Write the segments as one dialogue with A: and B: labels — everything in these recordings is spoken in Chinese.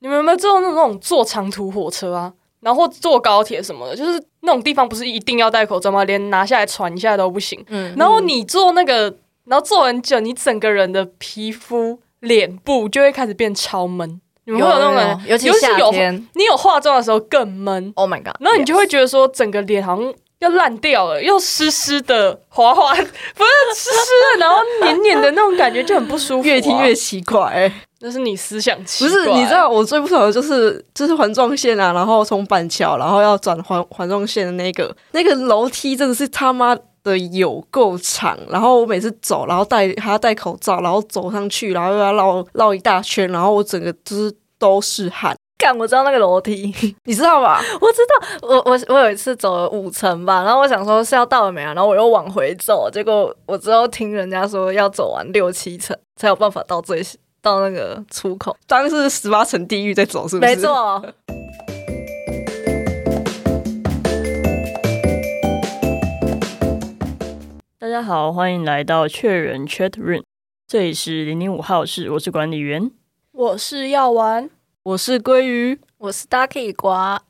A: 没有坐那种坐长途火车啊，然后坐高铁什么的，就是那种地方不是一定要戴口罩吗？连拿下来喘一下都不行。
B: 嗯，
A: 然后你坐那个，然后坐很久，你整个人的皮肤、脸部就会开始变超闷。你们会有那种感觉，
B: 尤其
A: 尤其
B: 夏
A: 有
B: 天
A: 你有化妆的时候更闷，
B: ，Oh my god，
A: 然后你就会觉得说整个脸好像要烂掉了，又湿湿的、滑滑， 不是湿湿的，然后黏黏的那种感觉就很不舒服、啊
C: 越听
B: 啊
C: 越，奇怪、欸。
A: 那是你思想奇
C: 不
A: 怪
C: 是，你知道我最不爽的就是就是环状线啊，然后从板桥，然后要转环环状线的那个那个楼梯真的是他妈的有够长，然后我每次走，然后戴还要戴口罩，然后走上去，然后又要绕绕一大圈，然后我整个就是都是汗，
B: 干，我知道那个楼梯，
C: 你知道吧？
B: 我知道，我我我有一次走了五层吧，然后我想说是要到了没啊，然后我又往回走，结果我之后听人家说要走完六七层才有办法到最到那个出口，
C: 当是十八层地狱在走，是不是？
B: 没。错。
D: 大家好，欢迎来到确认 Chat Room，这里是零零五号室，我是管理员。
A: 我是要玩，
C: 我是鲑鱼，
B: 我是 Ducky 瓜，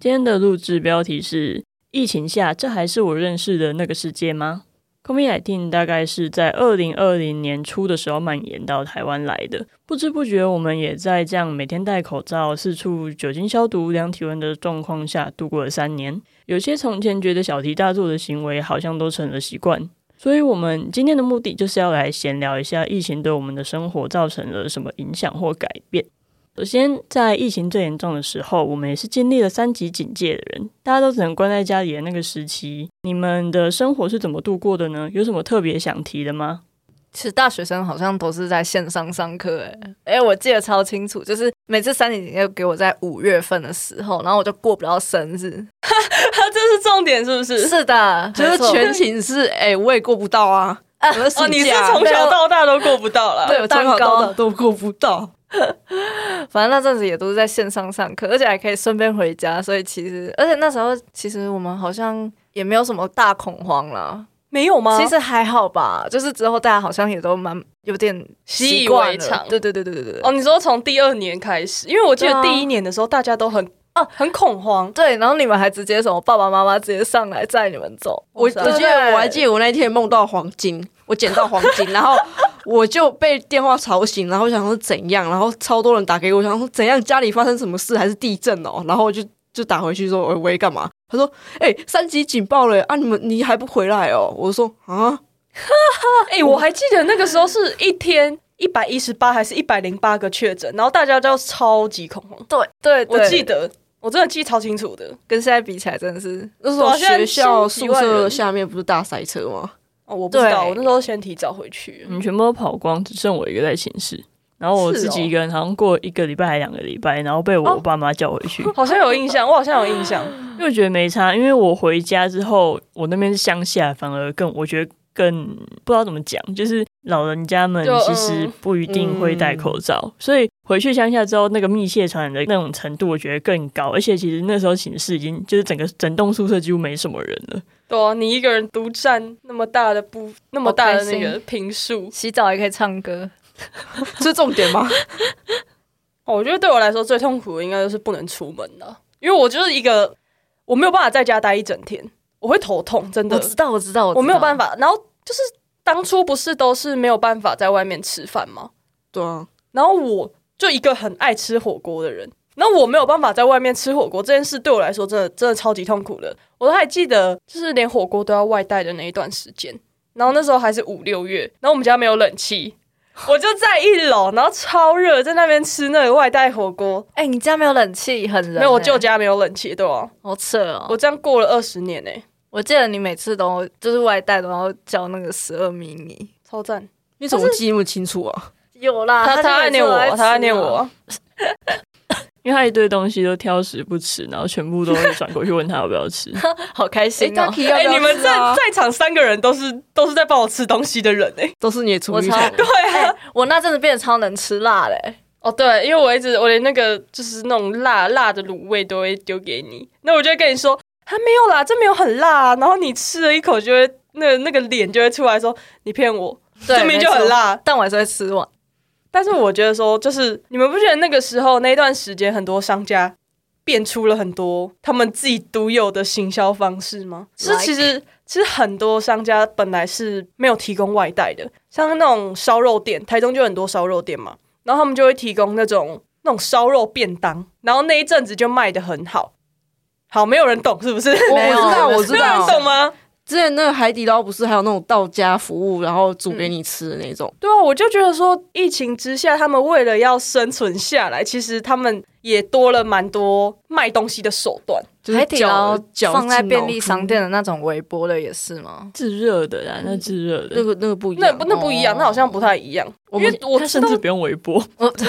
D: 今天的录制标题是“疫情下，这还是我认识的那个世界吗 c o v i d 1 9大概是在二零二零年初的时候蔓延到台湾来的，不知不觉我们也在这样每天戴口罩、四处酒精消毒、量体温的状况下度过了三年。有些从前觉得小题大做的行为，好像都成了习惯。所以，我们今天的目的就是要来闲聊一下疫情对我们的生活造成了什么影响或改变。首先，在疫情最严重的时候，我们也是经历了三级警戒的人，大家都只能关在家里的那个时期，你们的生活是怎么度过的呢？有什么特别想提的吗？
B: 其实大学生好像都是在线上上课、欸，哎、我记得超清楚，就是每次三点要给我在五月份的时候，然后我就过不到生日。
A: 这是重点是不是？
B: 是的，
C: 就是
B: 没错
C: 全寝是哎、我也过不到啊，我的暑假
A: 哦，你是从小到大都过不到啦。
B: 对
C: 我从
B: 蛋
C: 小到大
B: 糕
C: 都过不到。
B: 反正那阵子也都是在线上上课，而且还可以顺便回家，所以其实，而且那时候其实我们好像也没有什么大恐慌啦，
A: 没有吗？
B: 其实还好吧。就是之后大家好像也都蛮有点
A: 习以
B: 习惯
A: 为
B: 了
A: 常
B: 对对对对对对。
A: 哦，你说从第二年开始，因为我记
B: 对
A: 得
B: 啊
A: 第一年的时候大家都很啊很恐慌，
B: 哦对，然后你们还直接什么爸爸妈妈直接上来载你们走，
C: 我我记
B: 对不对
C: 得我还记得我那天梦到黄金，我捡到黄金，然后我就被电话吵醒，然后我想说怎样，然后超多人打给我，想说怎样家里发生什么事还是地震哦，然后我就就打回去说呃喂喂干嘛？他说哎、三级警报了啊，你们你还不回来哦？我说啊，
A: 哎、我还记得那个时候是一天 一百一十八还是一百零八个确诊，然后大家都超级恐慌。
B: 对对，
A: 我
B: 对
A: 记得，我真的记超清楚的。
B: 跟现在比起来真的是
C: 那时
A: 对
C: 候
A: 啊现在
C: 学校宿
A: 几万
C: 舍
A: 人
C: 下面不是大塞车吗？
A: 哦，我不知道，
B: 对嗯
A: 我那时候先提早回去
D: 你。们全部都跑光，只剩我一个在寝室，然后我
A: 是哦哦
D: 自己一个人，好像过一个礼拜还两个礼拜，然后被我爸妈叫回去，
A: 好像有印象，我好像有印象。
D: 因为我觉得没差，因为我回家之后，我那边是乡下，反而更我觉得更不知道怎么讲，就是老人家们
A: 就
D: 其实
A: 嗯
D: 不一定会戴口罩，所以回去乡下之后，那个密切传染的那种程度，我觉得更高。而且其实那时候寝室已经就是整个整栋宿舍几乎没什么人了，
A: 对啊，你一个人独占那么大的不那么大的那
B: 好开
A: 个平数，
B: 洗澡也可以唱歌，
C: 这是重点吗？
A: 哦，我觉得对我来说最痛苦的应该就是不能出门了，因为我就是一个我没有办法在家待一整天，我会头痛，真的
B: 我。知道我知道，
A: 我没有办
B: 法，
A: 法。然后就是当初不是都是没有办法在外面吃饭吗？
C: 对啊，
A: 然后我就一个很爱吃火锅的人，然后我没有办法在外面吃火锅这件事对我来说真的真的超级痛苦的。我都还记得，就是连火锅都要外带的那一段时间。然后那时候还是五六月，然后我们家没有冷气，我就在一楼，然后超热，在那边吃那个外带火锅。
B: 哎、你家没有冷气，很冷、
A: 没有，我舅
B: 欸
A: 家没有冷气，对吧、
B: 好扯哦。
A: 我这样过了二十年呢、欸
B: 我记得你每次都就是外带都要叫那个十二迷你。
A: 超赞。
C: 你怎么记那么清楚啊？
B: 有啦
A: 他他暗恋我，他暗恋我。。
B: 啊
D: 因为他一堆东西都挑食不吃，然后全部都会转过去问他要不要 吃。
B: 好开
C: 哎、
B: 心
C: 大
B: 哦！
C: k 要
A: 哎、
C: 不要、
A: 你们在在场三个人都是都是在帮我吃东西的人哎、
C: 都是你的厨
B: 我
C: 余
B: 超
C: 桶
B: 对啊、我那阵子变得超能吃辣嘞、
A: 哦，对，因为我一直我连那个就是那种辣辣的卤味都会丢给你，那我就会跟你说，还没有啦，这没有很辣、啊。然后你吃了一口就会那那个脸就会出来说你骗我，
B: 对
A: 这明明就
B: 没错
A: 很辣。
B: 但我还是会吃完。
A: 但是我觉得说，就是你们不觉得那个时候那一段时间，很多商家变出了很多他们自己独有的行销方式吗？是
B: Like
A: 其实其实很多商家本来是没有提供外带的，像那种烧肉店，台中就很多烧肉店嘛，然后他们就会提供那种那种烧肉便当，然后那一阵子就卖的很好。好，没有人懂是不是？
C: 我
B: 没有
C: 我知道，
B: 没有
C: 我知
A: 没有人
C: 道。
A: 懂吗？
C: 之前那个海底捞不是还有那种到家服务，然后煮给你吃的那种？
A: 对啊，我就觉得说，疫情之下，他们为了要生存下来，其实他们也多了蛮多卖东西的手段。
C: 就是
B: 海底
C: 绞
B: 捞
C: 绞
B: 放在
C: 尽
B: 便
C: 脑
B: 利
C: 汁
B: 商店的那种微波的也是吗？
D: 炙热的啦，那炙热
C: 那
D: 的，
C: 个那个不一
A: 那
C: 样哦
A: 不。那不一样，那好像不太一样。因为我
D: 它
A: 知
D: 甚
A: 道
D: 至不用 微波，
B: 我
A: 之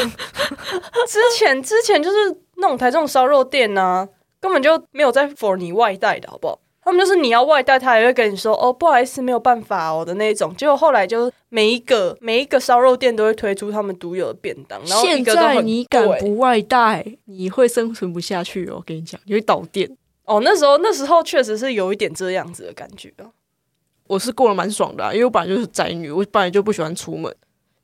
A: 前之前就是那种台中烧肉店呐、根本就没有在 for 你外带的好不好？他们就是你要外带，他也会跟你说哦，不好意思，没有办法哦的那一种。结果后来就是每一个每一个烧肉店都会推出他们独有的便当，然后一
C: 现
A: 个都很
C: 在你敢
A: 贵
C: 不外带，你会生存不下去哦！我跟你讲，你会倒店。
A: 哦，那时候那时候确实是有一点这样子的感觉啊。
C: 我是过得蛮爽的、啊，因为我本来就是宅女，我本来就不喜欢出门，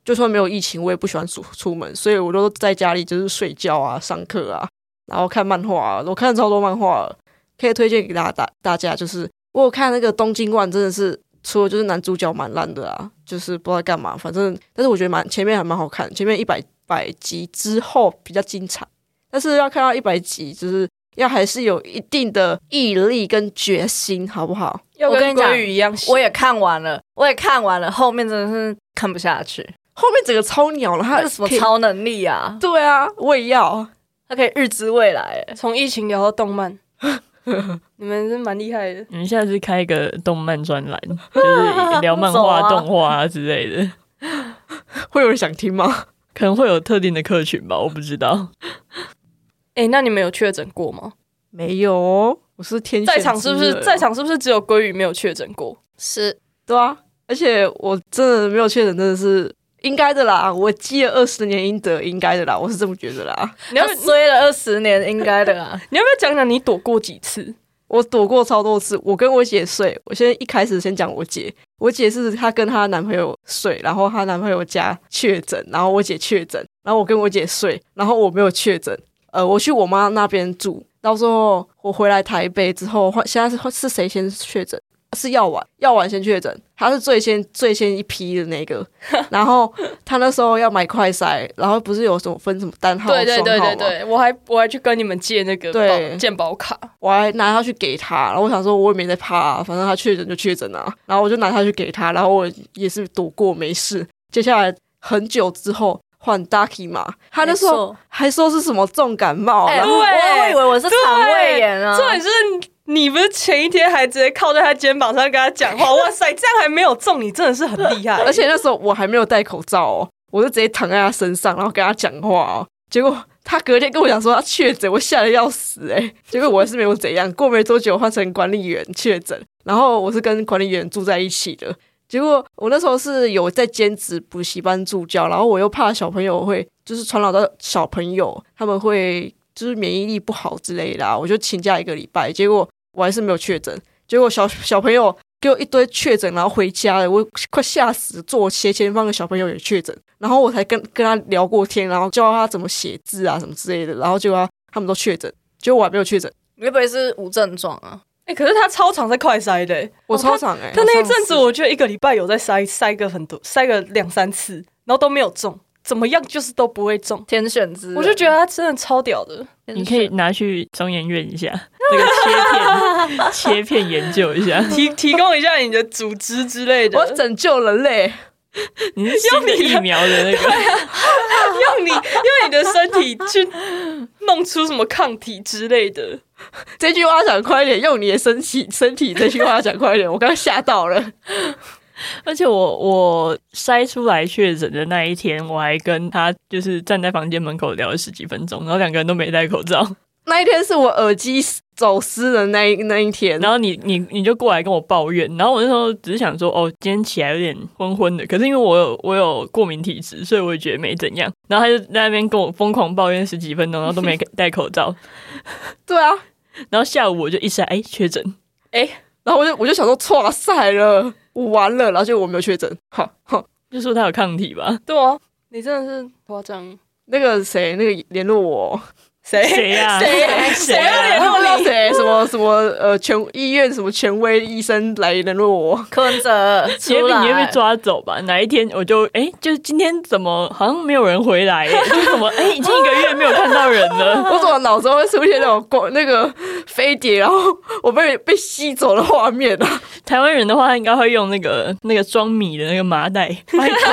C: 就算没有疫情，我也不喜欢出出门，所以我都在家里就是睡觉啊、上课啊，然后看漫画啊。我看超多漫画了，可以推荐给大家大大家，就是我有看那个《东京万》，真的是除了就是男主角蛮烂的啊，就是不知道干嘛，反正但是我觉得蛮前面还蛮好看，前面一百百集之后比较精彩，但是要看到一百集就是。要还是有一定的毅力跟决心，好不好？
A: 要
B: 我跟
A: 跟
B: 你讲
A: 鲑鱼一样，
B: 我也看完了，我也看完了，后面真的是看不下去。
C: 后面整个超鸟了，他
B: 他是什么超能力啊？
C: 对啊，我也要。
B: 他可以预知未来。哎
A: 从疫情聊到动 漫，你们是蛮厉害的。
D: 你们下次开一个动漫专栏，就是聊 漫
B: 走
D: 画、
B: 啊
D: 动画啊之类的，
C: 会有人想听吗？
D: 可能会有特定的客群吧，我不知道。
A: 哎、那你们有确诊过吗？
C: 没有哦，我是天选
A: 在场是不
C: 之
A: 是
C: 人
A: 在？场是不是只有鲑鱼没有确诊过？
B: 是
C: 对啊，而且我真的没有确诊，真的是应该的啦。我积了二十年阴德，应该的啦，我是这么觉得啦。
A: 你要
B: 他
A: 不
B: 追了二十年，应该的啊 啦。
A: 你要不要讲讲你躲过几次？
C: 我躲过超多次，我跟我姐睡。我先一开始先讲我姐，我姐是她跟她男朋友睡，然后她男朋友家确诊，然后我姐确诊，然后我跟我姐睡，然后我没有确诊。呃，我去我妈那边住，到时候我回来台北之后，换现在是是谁先确诊？是药丸，药丸先确诊，他是最先最先一批的那 个。然后他那时候要买快筛，然后不是有什么分什么单号、
A: 对对对
C: 双
A: 对
C: 号吗
A: 对，我还我还去跟你们借那个
C: 对
A: 保健保卡，
C: 我还拿它去给他，然后我想说我也没在怕、啊，反正他确诊就确诊啊，然后我就拿它去给他，然后我也是躲过没事。接下来很久之后换 Ducky 嘛，他那时
B: 没
C: 候
B: 错
C: 还说是什么重感冒，啊
B: 哎，
C: 然后
B: 我我以为我是肠胃炎啊
A: 重。点是你不是前一天还直接靠在他肩膀上跟他讲 话，哇塞，这样还没有中，你真的是很厉害。
C: 而且那时候我还没有戴口罩哦，我就直接躺在他身上，然后跟他讲话哦。结果他隔天跟我讲说他确诊，我吓得要死哎、结果我还是没有怎样，过没多久换成管理员确诊，然后我是跟管理员住在一起的。结果我那时候是有在兼职补习班助教，然后我又怕小朋友会就是传染到小朋友，他们会就是免疫力不好之类的、啊，我就请假一个礼拜，结果我还是没有确诊。结果小小朋友给我一堆确诊，然后回家了，我快吓死。坐我斜前方的小朋友也确诊，然后我才跟跟他聊过天，然后教他怎么写字啊什么之类的，然后结果他他们都确诊，结果我还没有确诊，
B: 你会不会是无症状啊？
A: 哎、可是他超常在快筛的、欸，
C: 我超长哎、欸
A: 他那一阵子，
C: 好像是
A: 我觉得一个礼拜有在筛筛个很多，筛个两三次，然后都没有中，怎么样就是都不会中。
B: 天选之人，
A: 我就觉得他真的超屌的，
D: 你可以拿去中研院一下，那个切片切片研究一下。
A: 提提供一下你的组织之类的，
C: 我拯救人类，
D: 你是新的疫苗的那个，
A: 用你用你的身体去弄出什么抗体之类的。
C: 这句话讲快一点，用你的身体身体这句话讲快一点，我刚刚吓到了。
D: 而且我我筛出来确诊的那一天，我还跟他就是站在房间门口聊了十几分钟，然后两个人都没戴口罩。
C: 那一天是我耳机走失的那一那一天，
D: 然后你你你就过来跟我抱怨，然后我那时候只是想说，哦，今天起来有点昏昏的，可是因为我有我有过敏体质，所以我也觉得没怎样。然后他就在那边跟我疯狂抱怨十几分钟，然后都没戴口罩。
C: 对啊，
D: 然后下午我就一筛，哎，确诊。
C: 然后我就我就想说，哇塞了，我完了，然后结果我没有确诊，好好。
D: 就说他有抗体吧，
A: 对啊，你真的是夸张。
C: 那个谁，那个联络我，
A: 谁
D: 谁呀、
A: 谁
D: 啊
A: 要联
C: 不知
A: 络
C: 道
A: 你？
C: 谁什么什么呃权医院什么权威医生来联络我，
B: 坤泽
D: 你
B: 出
D: 会被
B: 来，
D: 你会被抓走吧？哪一天我就哎、就是今天怎么好像没有人回来、 欸？就是怎么哎、已经一个月没有看到人了。
A: 嗯
C: 我怎么脑中会出现那种光那个飞碟，然后我被被吸走的画面啊？
D: 台湾人的话，应该会用那个那个装米的那个麻袋把你头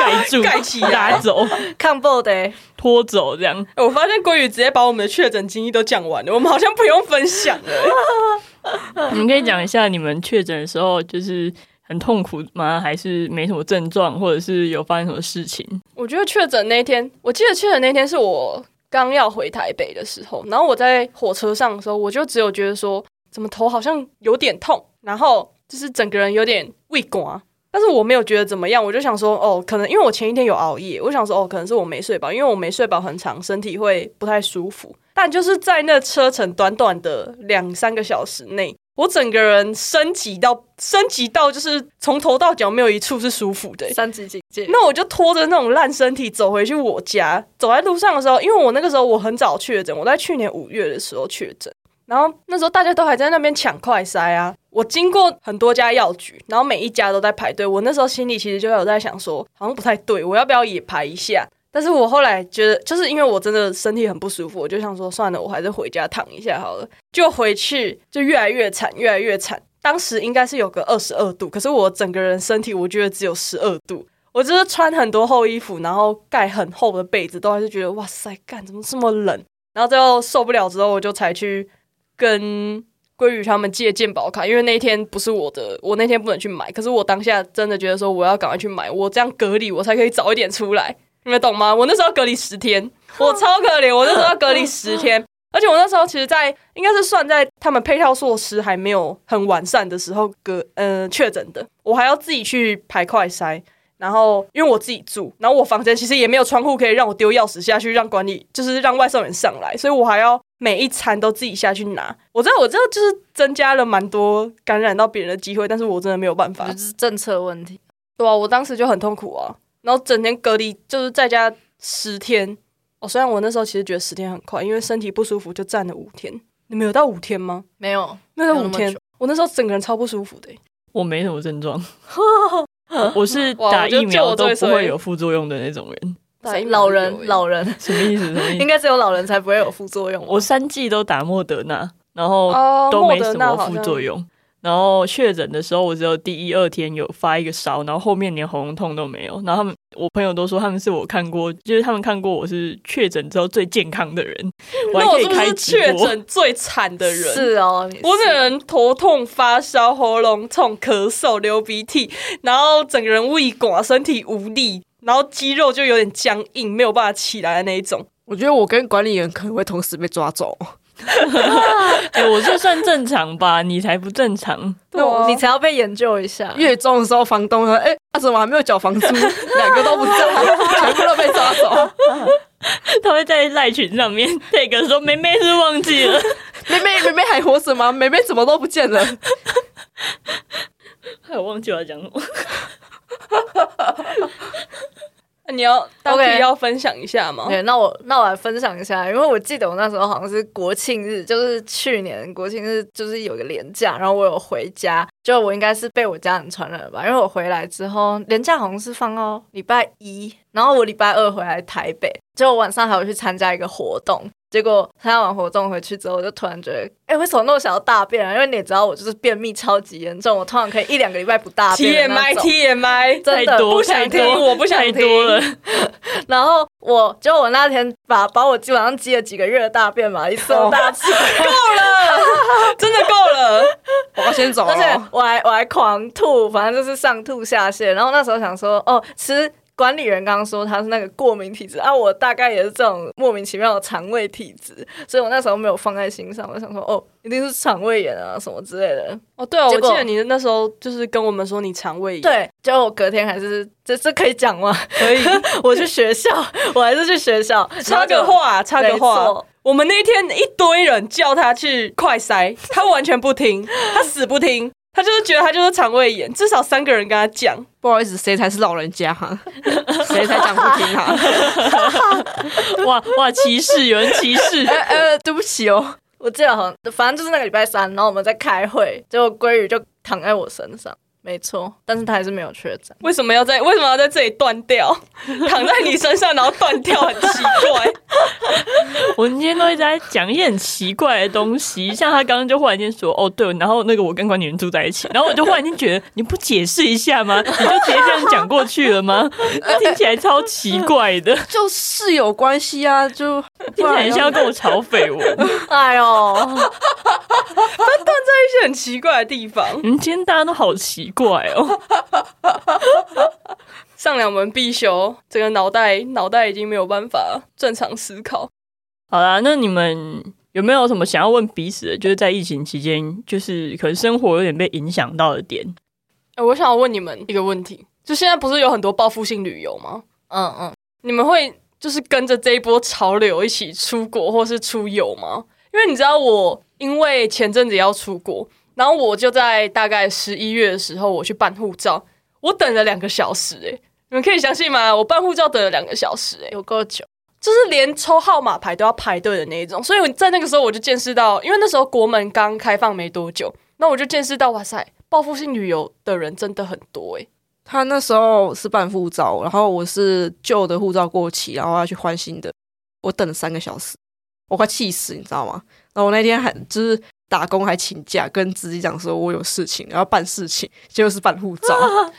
D: 盖 住、
A: 盖起来
D: 拉走、
B: 看 b o 的，
D: 拖走这 样。
A: 哎我发现鲑鱼直接把我们的确诊经历都讲完了，我们好像不用分享了。
D: 你们可以讲一下你们确诊的时候就是很痛苦吗？还是没什么症状，或者是有发生什么事情？
A: 我觉得确诊那天，我记得确诊那天是我刚要回台北的时候，然后我在火车上的时候，我就只有觉得说，怎么头好像有点痛，然后就是整个人有点胃刮。但是我没有觉得怎么样，我就想说，哦，可能因为我前一天有熬夜，我想说，哦，可能是我没睡饱，因为我没睡饱很长，身体会不太舒服。但就是在那车程短短的两三个小时内，我整个人升级到升级到就是从头到脚没有一处是舒服的、欸
B: 三级警戒，
A: 那我就拖着那种烂身体走回去我家。走在路上的时候，因为我那个时候我很早确诊，我在去年五月的时候确诊，然后那时候大家都还在那边抢快筛啊。我经过很多家药局，然后每一家都在排队。我那时候心里其实就有在想说，好像不太对，我要不要也排一下？但是我后来觉得，就是因为我真的身体很不舒服，我就想说，算了，我还是回家躺一下好了。就回去就越来越惨，越来越惨。当时应该是有个二十二度，可是我整个人身体我觉得只有十二度，我就是穿很多厚衣服，然后盖很厚的被子，都还是觉得哇塞，干怎么这么冷？然后最后受不了之后，我就才去跟鲑鱼他们借健保卡，因为那天不是我的，我那天不能去买。可是我当下真的觉得说，我要赶快去买，我这样隔离我才可以早一点出来，你们懂吗？我那时候隔离十天，我超可怜，我那时候要隔离十天。而且我那时候其实在，应该是算在他们配套措施还没有很完善的时候隔呃确诊的，我还要自己去排快筛，然后因为我自己住，然后我房间其实也没有窗户可以让我丢钥匙下去，让管理就是让外送员上来，所以我还要每一餐都自己下去拿。我知道，我知道，就是增加了蛮多感染到别人的机会，但是我真的没有办法
B: 就。是政策问题。
A: 对啊，我当时就很痛苦啊，然后整天隔离，就是在家十天。哦，虽然我那时候其实觉得十天很快，因为身体不舒服就站了五天。你们有到五天吗？
B: 没有，
A: 没有到
B: 没有
A: 五
B: 那么
A: 天
B: 久，
A: 我那时候整个人超不舒服的、欸
D: 我没什么 症状，我是
A: 哇
D: 打
A: 我觉得
D: 疫苗
A: 就
D: 都
A: 我最
D: 不
A: 衰
D: 会有副作用的那种人。
A: 打疫苗
B: 老
A: 有
B: 人
A: 欸
B: 老人
D: 什么意思？什么意
B: 应
D: 思？
B: 该只有老人才不会有副作用。
D: 我三剂都打莫德纳，然后
A: 哦
D: 都没
A: 莫德
D: 什
A: 纳
D: 么
A: 好
D: 副
A: 像
D: 作用。然后确诊的时候，我只有第一二天有发一个烧，然后后面连喉咙痛都没有。然后他们，我朋友都说他们是我看过，就是他们看过我是确诊之后最健康 的人，我还
A: 那我
D: 可以
A: 是不
D: 开
A: 是
D: 直
A: 确
D: 播。
A: 诊啊最惨的人？
B: 是哦，你
A: 我
B: 是
A: 整个人头痛、发烧、喉咙痛、咳嗽、流鼻涕，然后整个人胃寡，身体无力，然后肌肉就有点僵硬，没有办法起来的那一种。
C: 我觉得我跟管理员可能会同时被抓走。
D: 哎、我这算正常吧？你才不正常。
B: 那
A: 啊
B: 我你才要被研究一
A: 嗯
B: 下。
C: 月中的时候，房东说：“哎、他、怎么还没有缴房租？两个都不在，全部都被抓走。
D: 他会在赖群上面 那个说梅梅是忘记了，
C: 妹妹，妹妹还活着吗？妹妹怎么都不见了？
D: 哎，我忘记我要讲什么。
A: 那你要当
B: OK
A: 地要分享一下
D: 哦
A: 吗
B: 对，那我那我来分享一下，因为我记得我那时候好像是国庆日，就是去年国庆日，就是有个连假，然后我有回家，就我应该是被我家人传染了吧，因为我回来之后，连假好像是放到礼拜一，然后我礼拜二回来台北，结果晚上还有去参加一个活动。结果参加完活动回去之后，我就突然觉得，哎，为什么那么想要大便啊？因为你也知道我就是便秘超级严重，我通常可以一两个礼拜不大便的那
A: ？TMI
B: 种。
A: TMI，
B: 真
D: 啊太
B: 的
D: 多
B: 不
D: 太
B: 想听，
D: 多
B: 我不想
D: 太
B: 听
D: 多了。
B: 然后我就我那天把把我基本上积了几个月的大便嘛，一次都大出来，
A: 真的够了。
C: 我要先
A: 哦
C: 走
B: 而且
C: 了。
B: 我还我还狂吐，反正就是上吐下泻。然后那时候想说，哦，其实管理员刚刚说他是那个过敏体质啊，我大概也是这种莫名其妙的肠胃体质，所以我那时候没有放在心上，我想说，哦，一定是肠胃炎啊什么之类 的。
A: 哦，对哦，我
B: 结
A: 记
B: 果
A: 得你那时候就是跟我们说你肠胃炎，，
B: 对，就我隔天还是这这可以讲吗？可以， 我去学校，我还是去学校
A: 插个。话，插个
B: 没
A: 话
B: 错。
A: 我 们那天一堆人叫他去快筛，他完全不听，他死不听。他就是觉得他就是肠胃炎，至少三个人跟他讲，
C: 不好意思，谁才是老人家哈？谁才讲不听哈？
D: 哇哇，歧视，有人歧视。
B: 哎
C: 呃呃，对不起哦，
B: 我记得好像，反正就是那个礼拜三，然后我们在开会，结果鲑鱼就躺在我身上，没错，但是他还是没有确诊。
A: 为什么要在为什么要在这里断 掉？躺在你身上然后断掉，很奇怪。
D: 我们今天都一直在讲一些很奇怪的东西，像他刚刚就忽然间说，哦对，然后那个我跟管理员住在一起，然后我就忽然间觉得，你不解释一下吗？你就直接这样讲过去了吗？听起来超奇怪的，
C: 就是有关系啊，就
D: 听起来很像要跟我嘲讽我。
B: 哎呦，
A: 一些很奇怪的地方。
D: 嗯，今天大家都好奇怪哦。
A: 上两门必修，整个脑袋脑袋已经没有办法正常思考。
D: 好啦，那你们有没有什么想要问彼此的？就是在疫情期间，就是可能生活有点被影响到的点。
A: 哎、我想要问你们一个问题，就现在不是有很多报复性旅游吗？
B: 嗯嗯，
A: 你们会就是跟着这一波潮流一起出国或是出游吗？因为你知道我因为前阵子要出国，然后我就在大概十一月的时候我去办护照，我等了两个小时诶、你们可以相信吗？我办护照等了两个小时欸诶、
B: 有够久，
A: 就是连抽号码牌都要排队的那一种。所以我在那个时候我就见识到，因为那时候国门刚开放没多久，那我就见识到，哇塞，报复性旅游的人真的很多诶、欸
C: 他那时候是办护照，然后我是旧的护照过期，然后要去换新的，我等了三个小时，我快气死，你知道吗？然后我那天还就是打工还请假，跟自己讲说我有事情，然后办事情，结果是办护 照。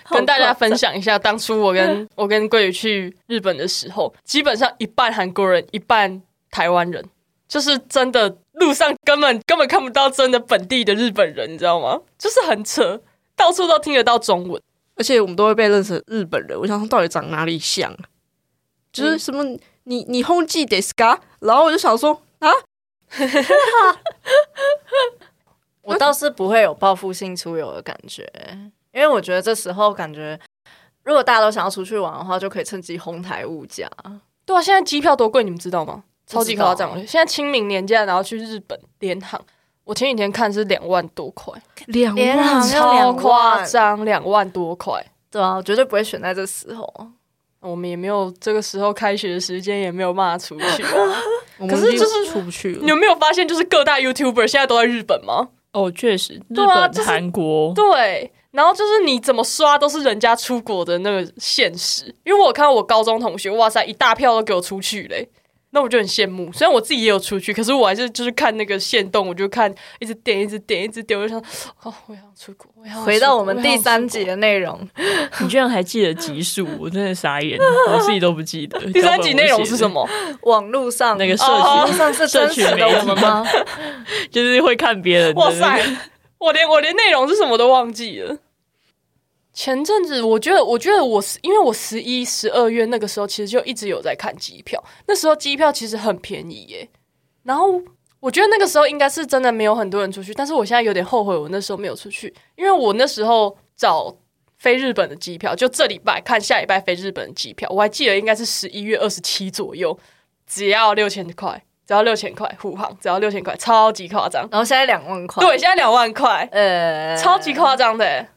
A: 跟大家分享一下，当初我 跟我跟桂宇去日本的时候，基本上一半韩国人，一半台湾人，就是真的路上根本根本看不到真的本地的日本人，你知道吗？就是很扯，到处都听得到中文。
C: 而且我们都会被认成日本人。我想说，到底长哪里像啊？就是什么你你 h o n g d e s a 然后我就想说啊，
B: 我倒是不会有报复性出游的感觉，因为我觉得这时候感觉，如果大家都想要出去玩的话，就可以趁机哄抬物价。
A: 对啊，现在机票多贵，你们知道吗？超级
B: 不知道
A: 夸张！现在清明年假，然后去日本联航，我前几天看是两万多块，
C: 两
B: 连
C: 万
B: 行要
A: 超
B: 两
A: 夸
B: 万，
A: 张，两万多块。
B: 对啊，我绝对不会选在这时候。
A: 我们也没有这个时候开学的时间，也没有办法出 去啊、
C: 我
A: 可
C: 们
A: 是
C: 已经
A: 就是
C: 出不去
A: 你
C: 了。
A: 有没有发现，就是各大 YouTuber 现在都在日本吗？
D: 哦，确实，日
A: 对啊
D: 本、
A: 就是
D: 韩国，
A: 对，然后就是你怎么刷都是人家出国的那个现实。因为我看我高中同学，哇塞，一大票都给我出去嘞、那我就很羡慕。虽然我自己也有出去，可是我还是就是看那个线动，我就看一直点，一直点，一直点，我就想，哦，我也想出国，我也想出国
B: 回到我们第三。
A: 哦我
B: 集
A: 也想出国
B: 的内容，
D: 你居然还记得集数，我真的傻眼，我自己都不记得。
A: 第三集内容是什
D: 么？
A: 么？
B: 网络上哦
D: 那个社
B: 网络
D: 群
B: 上是
D: 社
B: 真
D: 群
B: 实的
D: 媒体
B: 我们吗？
D: 就是会看别人的。
A: 哇塞，我连我连内容是什么都忘记了。前阵子我觉得，我觉得我是因为我十一、十二月那个时候，其实就一直有在看机票。那时候机票其实很便宜耶。然后我觉得那个时候应该是真的没有很多人出去，但是我现在有点后悔我那时候没有出去，因为我那时候找飞日本的机票，就这礼拜看下礼拜飞日本的机票，我还记得应该是十一月二十七左右，只要六千块，只要六千块，护航只要六千块，超级夸张。
B: 然后现在两万块，
A: 对，现在两万块，
B: 呃，
A: 超级夸张的欸。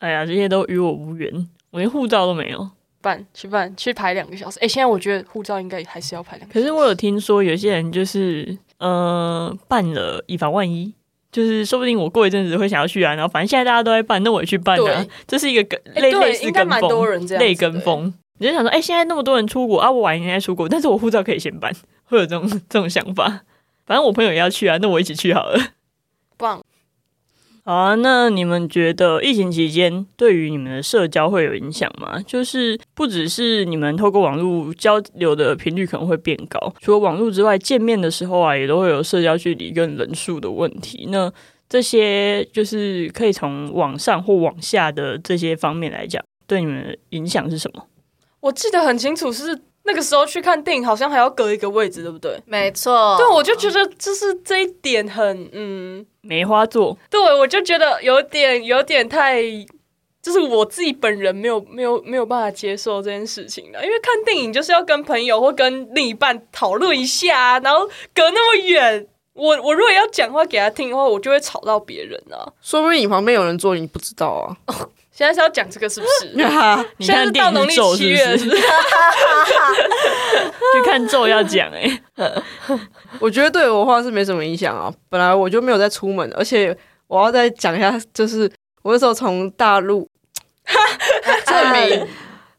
D: 哎呀，这些都与我无缘，我连护照都没有。
A: 办去办去排两个小时，哎、现在我觉得护照应该还是要排两个
D: 可是我有听说有些人就是，呃，办了以防万一，就是说不定我过一阵子会想要去啊。然后反正现在大家都在办，那我也去办啊
A: 对。
D: 这是一个跟
A: 哎
D: 类
A: 对
D: 类似
A: 应该
D: 跟
A: 蛮多人这样子
D: 风，类跟风。你就想说，哎，现在那么多人出国啊，我晚一点再出国，但是我护照可以先办，会有这种 这种想法。反正我朋友也要去啊，那我一起去好了。
A: 棒。
D: 好啊，那你们觉得疫情期间对于你们的社交会有影响吗？就是不只是你们透过网络交流的频率可能会变高，除了网络之外，见面的时候啊，也都会有社交距离跟人数的问题。那这些就是可以从往上或往下的这些方面来讲，对你们的影响是什么？
A: 我记得很清楚，是那个时候去看电影，好像还要隔一个位置，对不对？
B: 没错，
A: 对，我就觉得就是这一点很，嗯，
D: 梅花座，
A: 对我就觉得有点有点太，就是我自己本人没有没有没有办法接受这件事情的，因为啊看电影就是要跟朋友或跟另一半讨论一下啊，然后隔那么远，我我如果要讲话给他听的话，我就会吵到别人啊。
C: 说不定你旁边有人做，你不知道啊。
A: 现在是要讲这个是不是？
C: 哈
D: 你
A: 现在
D: 看
A: 是
D: 电
A: 到
D: 影
A: 农
D: 是
A: 历
D: 咒
A: 七
D: 是不
A: 月，
D: 是？
A: 是不是？
D: 去看咒要讲哎、
C: 我觉得对我的话是没什么影响啊。本来我就没有在出门，而且我要再讲一下，就是我那时候从大陆证明。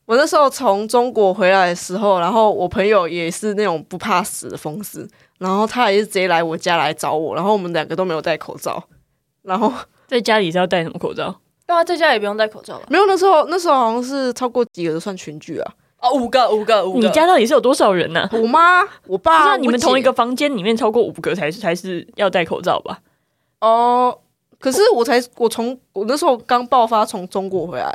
C: 我那时候从中国回来的时候，然后我朋友也是那种不怕死的疯子，然后他也是直接来我家来找我，然后我们两个都没有戴口罩，然后
D: 在家里是要戴什么口罩？
A: 对啊，在家也不用戴口罩了。
C: 没有那时候那时候好像是超过几个就算群聚啊，
A: 哦，五个，五个，啊五
D: 你
A: 个。
D: 家到底是有多少人呢、
C: 我妈我
D: 不
C: 爸
D: 知道你
C: 我
D: 们
C: 姐
D: 同一个房间里面超过五个才是才是要戴口罩吧？
C: 哦。可是我才我从我那时候刚爆发从中国回来，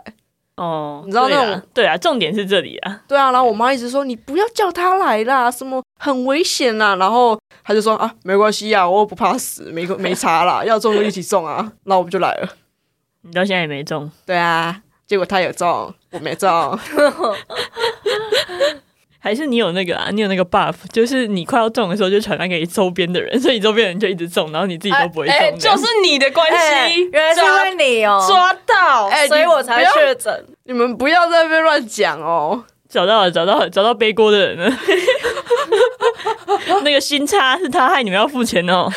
D: 哦，
C: 你知道那种
D: 对啊对啊，重点是这里啊，
C: 对啊，然后我妈一直说你不要叫他来啦，什么很危险啦，然后她就说啊没关系啊，我又不怕死，没没差啦，要中就一起中啊，然后我们就来了。
D: 你到现在也没中。
C: 对啊，结果他有中，我没中。
D: 还是你有那个啊，你有那个 buff，就是你快要中的时候就传染给周边的人，所以周边的人就一直中，然后你自己都不会中。
A: 哎、
D: 这
A: 就
D: 样
A: 是你的关
B: 哎
A: 系，
B: 原来是因
A: 抓
B: 为你哦、
A: 抓到，
B: 哎、所以我才
A: 去。
B: 确诊。
C: 你们不要在那边乱讲哦。
D: 找到了，找到了，找到背锅的 人了。那个新差是他害你们要付钱 哦。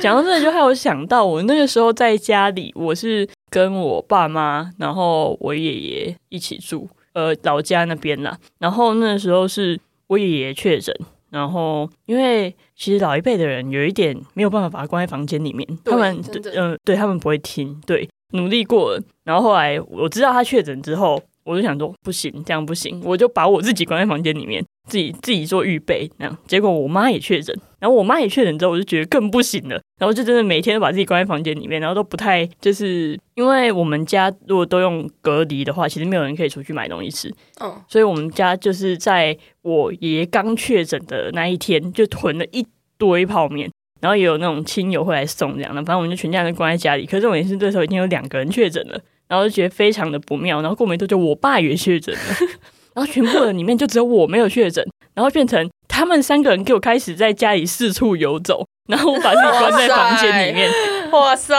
D: 讲到这个，就害我想到我那个时候在家里，我是跟我爸妈，然后我爷爷一起住，呃，老家那边啦。然后那时候是我爷爷确诊，然后因为其实老一辈的人有一点没有办法把他关在房间里面，
A: 对
D: 他们
A: 真的
D: 嗯、对他们不会听，对，努力过了。然后后来我知道他确诊之后，我就想说不行，这样不行，我就把我自己关在房间里面，自己自己做预备那样。结果我妈也确诊，然后我妈也确诊之后，我就觉得更不行了，然后就真的每天都把自己关在房间里面，然后都不太就是因为我们家如果都用隔离的话，其实没有人可以出去买东西吃，
A: 嗯，
D: 所以我们家就是在我爷爷刚确诊的那一天，就囤了一堆泡面，然后也有那种亲友会来送这样的，反正我们就全家人关在家里。可是重点是这时候已经有两个人确诊了，然后就觉得非常的不妙。然后过没多久，我爸也确诊了， 然后全部人里面就只有我没有确诊，然后变成他们三个人给我开始在家里四处游走，然后我把自己关在房间里面，
A: 哇塞，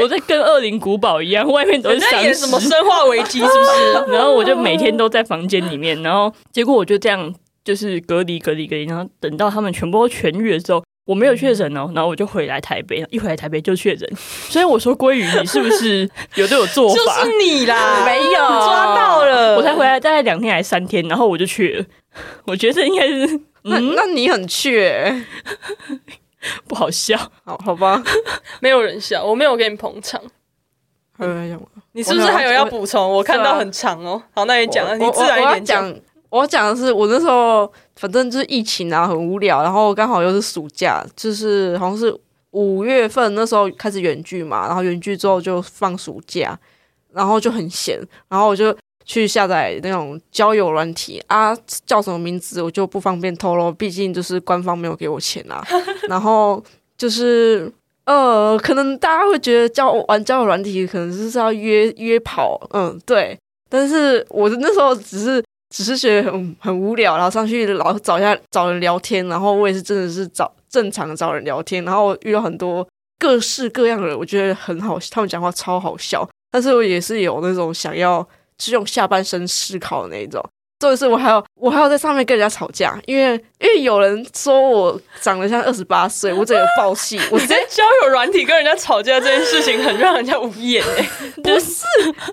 D: 我在跟恶灵古堡一样，外面都是
A: 人家
D: 丧
A: 演
D: 尸
A: 什么生化 危机是不是？
D: 然后我就每天都在房间里面，然后结果我就这样就是隔离隔离隔离，然后等到他们全部都痊愈了之后，我没有确诊哦，然后我就回来台北，一回来台北就确诊，所以我说鲑鱼，你是不是有对我做
A: 就
D: 法？
A: 是你啦，
C: 没有
A: 抓到了，
D: 我才回来大概两天还是三天，然后我就去了，我觉得应该是
C: 那、那你很缺、欸，
D: 不好笑，
C: 好好吧？
A: 没有人笑，我没有给你捧场。
C: 还有人讲吗
A: 你是不是还有要补充？我看到很长哦。好，那你讲啊，
C: 我
A: 你自然一
C: 我我要
A: 点讲。
C: 讲。我要讲的是，我那时候反正就是疫情啊，很无聊，然后刚好又是暑假，就是好像是五月份那时候开始远距嘛，然后远距之后就放暑假，然后就很闲，然后我就去下载那种交友软体啊，叫什么名字我就不方便透露，毕竟就是官方没有给我钱 啊。然后就是呃，可能大家会觉得交玩交友软体可能就是要约约跑，嗯，对。但是我那时候只是只是觉得很很无聊，然后上去老找一下找人聊天，然后我也是真的是找正常的找人聊天，然后我遇到很多各式各样的人，我觉得很好，他们讲话超好笑，但是我也是有那种想要是用下半身思考的那一种。重点是我还有我还有在上面跟人家吵架，因为因为有人说我长得像二十八岁，我整个爆气，我
A: 你在交友软体跟人家吵架这件事情，很让人家无言哎，
C: 不是，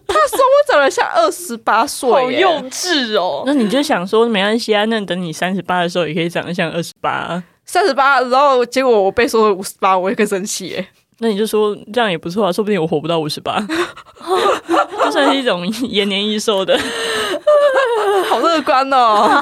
C: 他说我长得像二十八岁耶，
A: 好幼稚哦。
D: 那你就想说没关系啊，那等你三十八的时候也可以长得像二十八，啊
C: 三十八，然后结果我被说五十八，我也更生气耶。
D: 那你就说这样也不错啊，说不定我活不到五十八， 这算是一种延年益 寿的。
C: 好乐观 哦。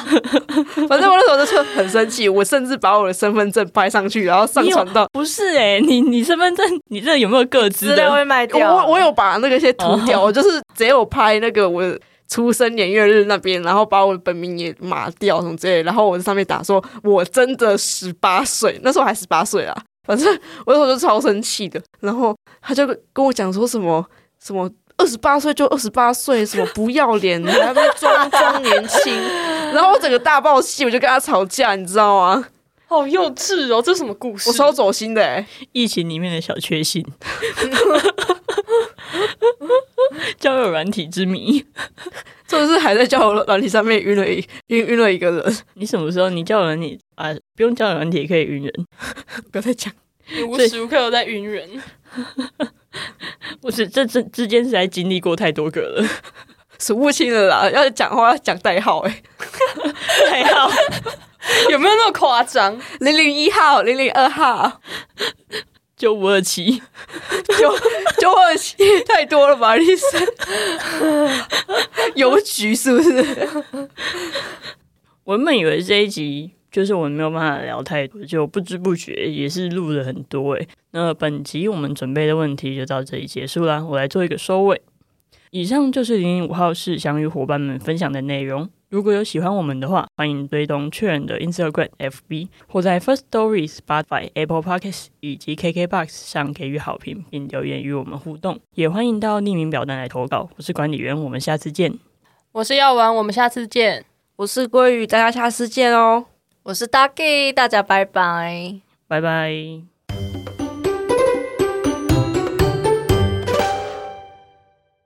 C: 反正我那时候就是很生气，我甚至把我的身份证拍上去，然后上
D: 你有
C: 传到
D: 不是哎、你你身份证，你这有没有个资
B: 资料
D: 的？
B: 会卖
C: 我
B: 掉。
C: 我我有把那个些涂掉，我就是只有拍那个我。出生年月日那边，然后把我本名也码掉什么之类的，然后我在上面打说我真的十八岁，那时候还十八岁啦，反正我那时候就超生气的，然后他就跟我讲说什么什么二十八岁就二十八岁，什么不要脸，你还不装装年轻，然后我整个大爆气，我就跟他吵架，你知道吗？
A: 好幼稚哦，这是什么故事？
C: 我超走心的、欸，
D: 疫情里面的小确幸， 交友软体之谜。
C: 真的是还在交友软体上面晕了一晕晕了一个人，
D: 你什么时候你交友软体啊？不用交友软体也可以晕人。
C: 不要再讲。
A: 你无时无刻都在晕人。
D: 我是这这之间实在经历过太多个了，
C: 数不清了啦，要讲话要讲代号哎、
D: 还好
A: 有没有那么夸张？
C: 零零一号、零零二号、
D: 九五二七。
C: 九九二七，太多了吧？你是 邮局是不是？
D: 我原本以为这一集就是我们没有办法聊太多，就不知不觉也是录了很多诶。那本集我们准备的问题就到这里结束啦，我来做一个收尾。以上就是零零五号室想与伙伴们分享的内容。如果有喜欢我们的话，欢迎追踪确认的 Instagram、FB 或在 First Story、Spotify、Apple Podcasts 以及 KKBox 上给予好评，并留言与我们互动。也欢迎到匿名表单来投稿。我是管理员，我们下次见。
A: 我是药丸，我们下次见。
C: 我是鲑鱼，大家下次见哦。
B: 我是 Ducky，大家拜拜。
D: 拜拜。
E: Thank you.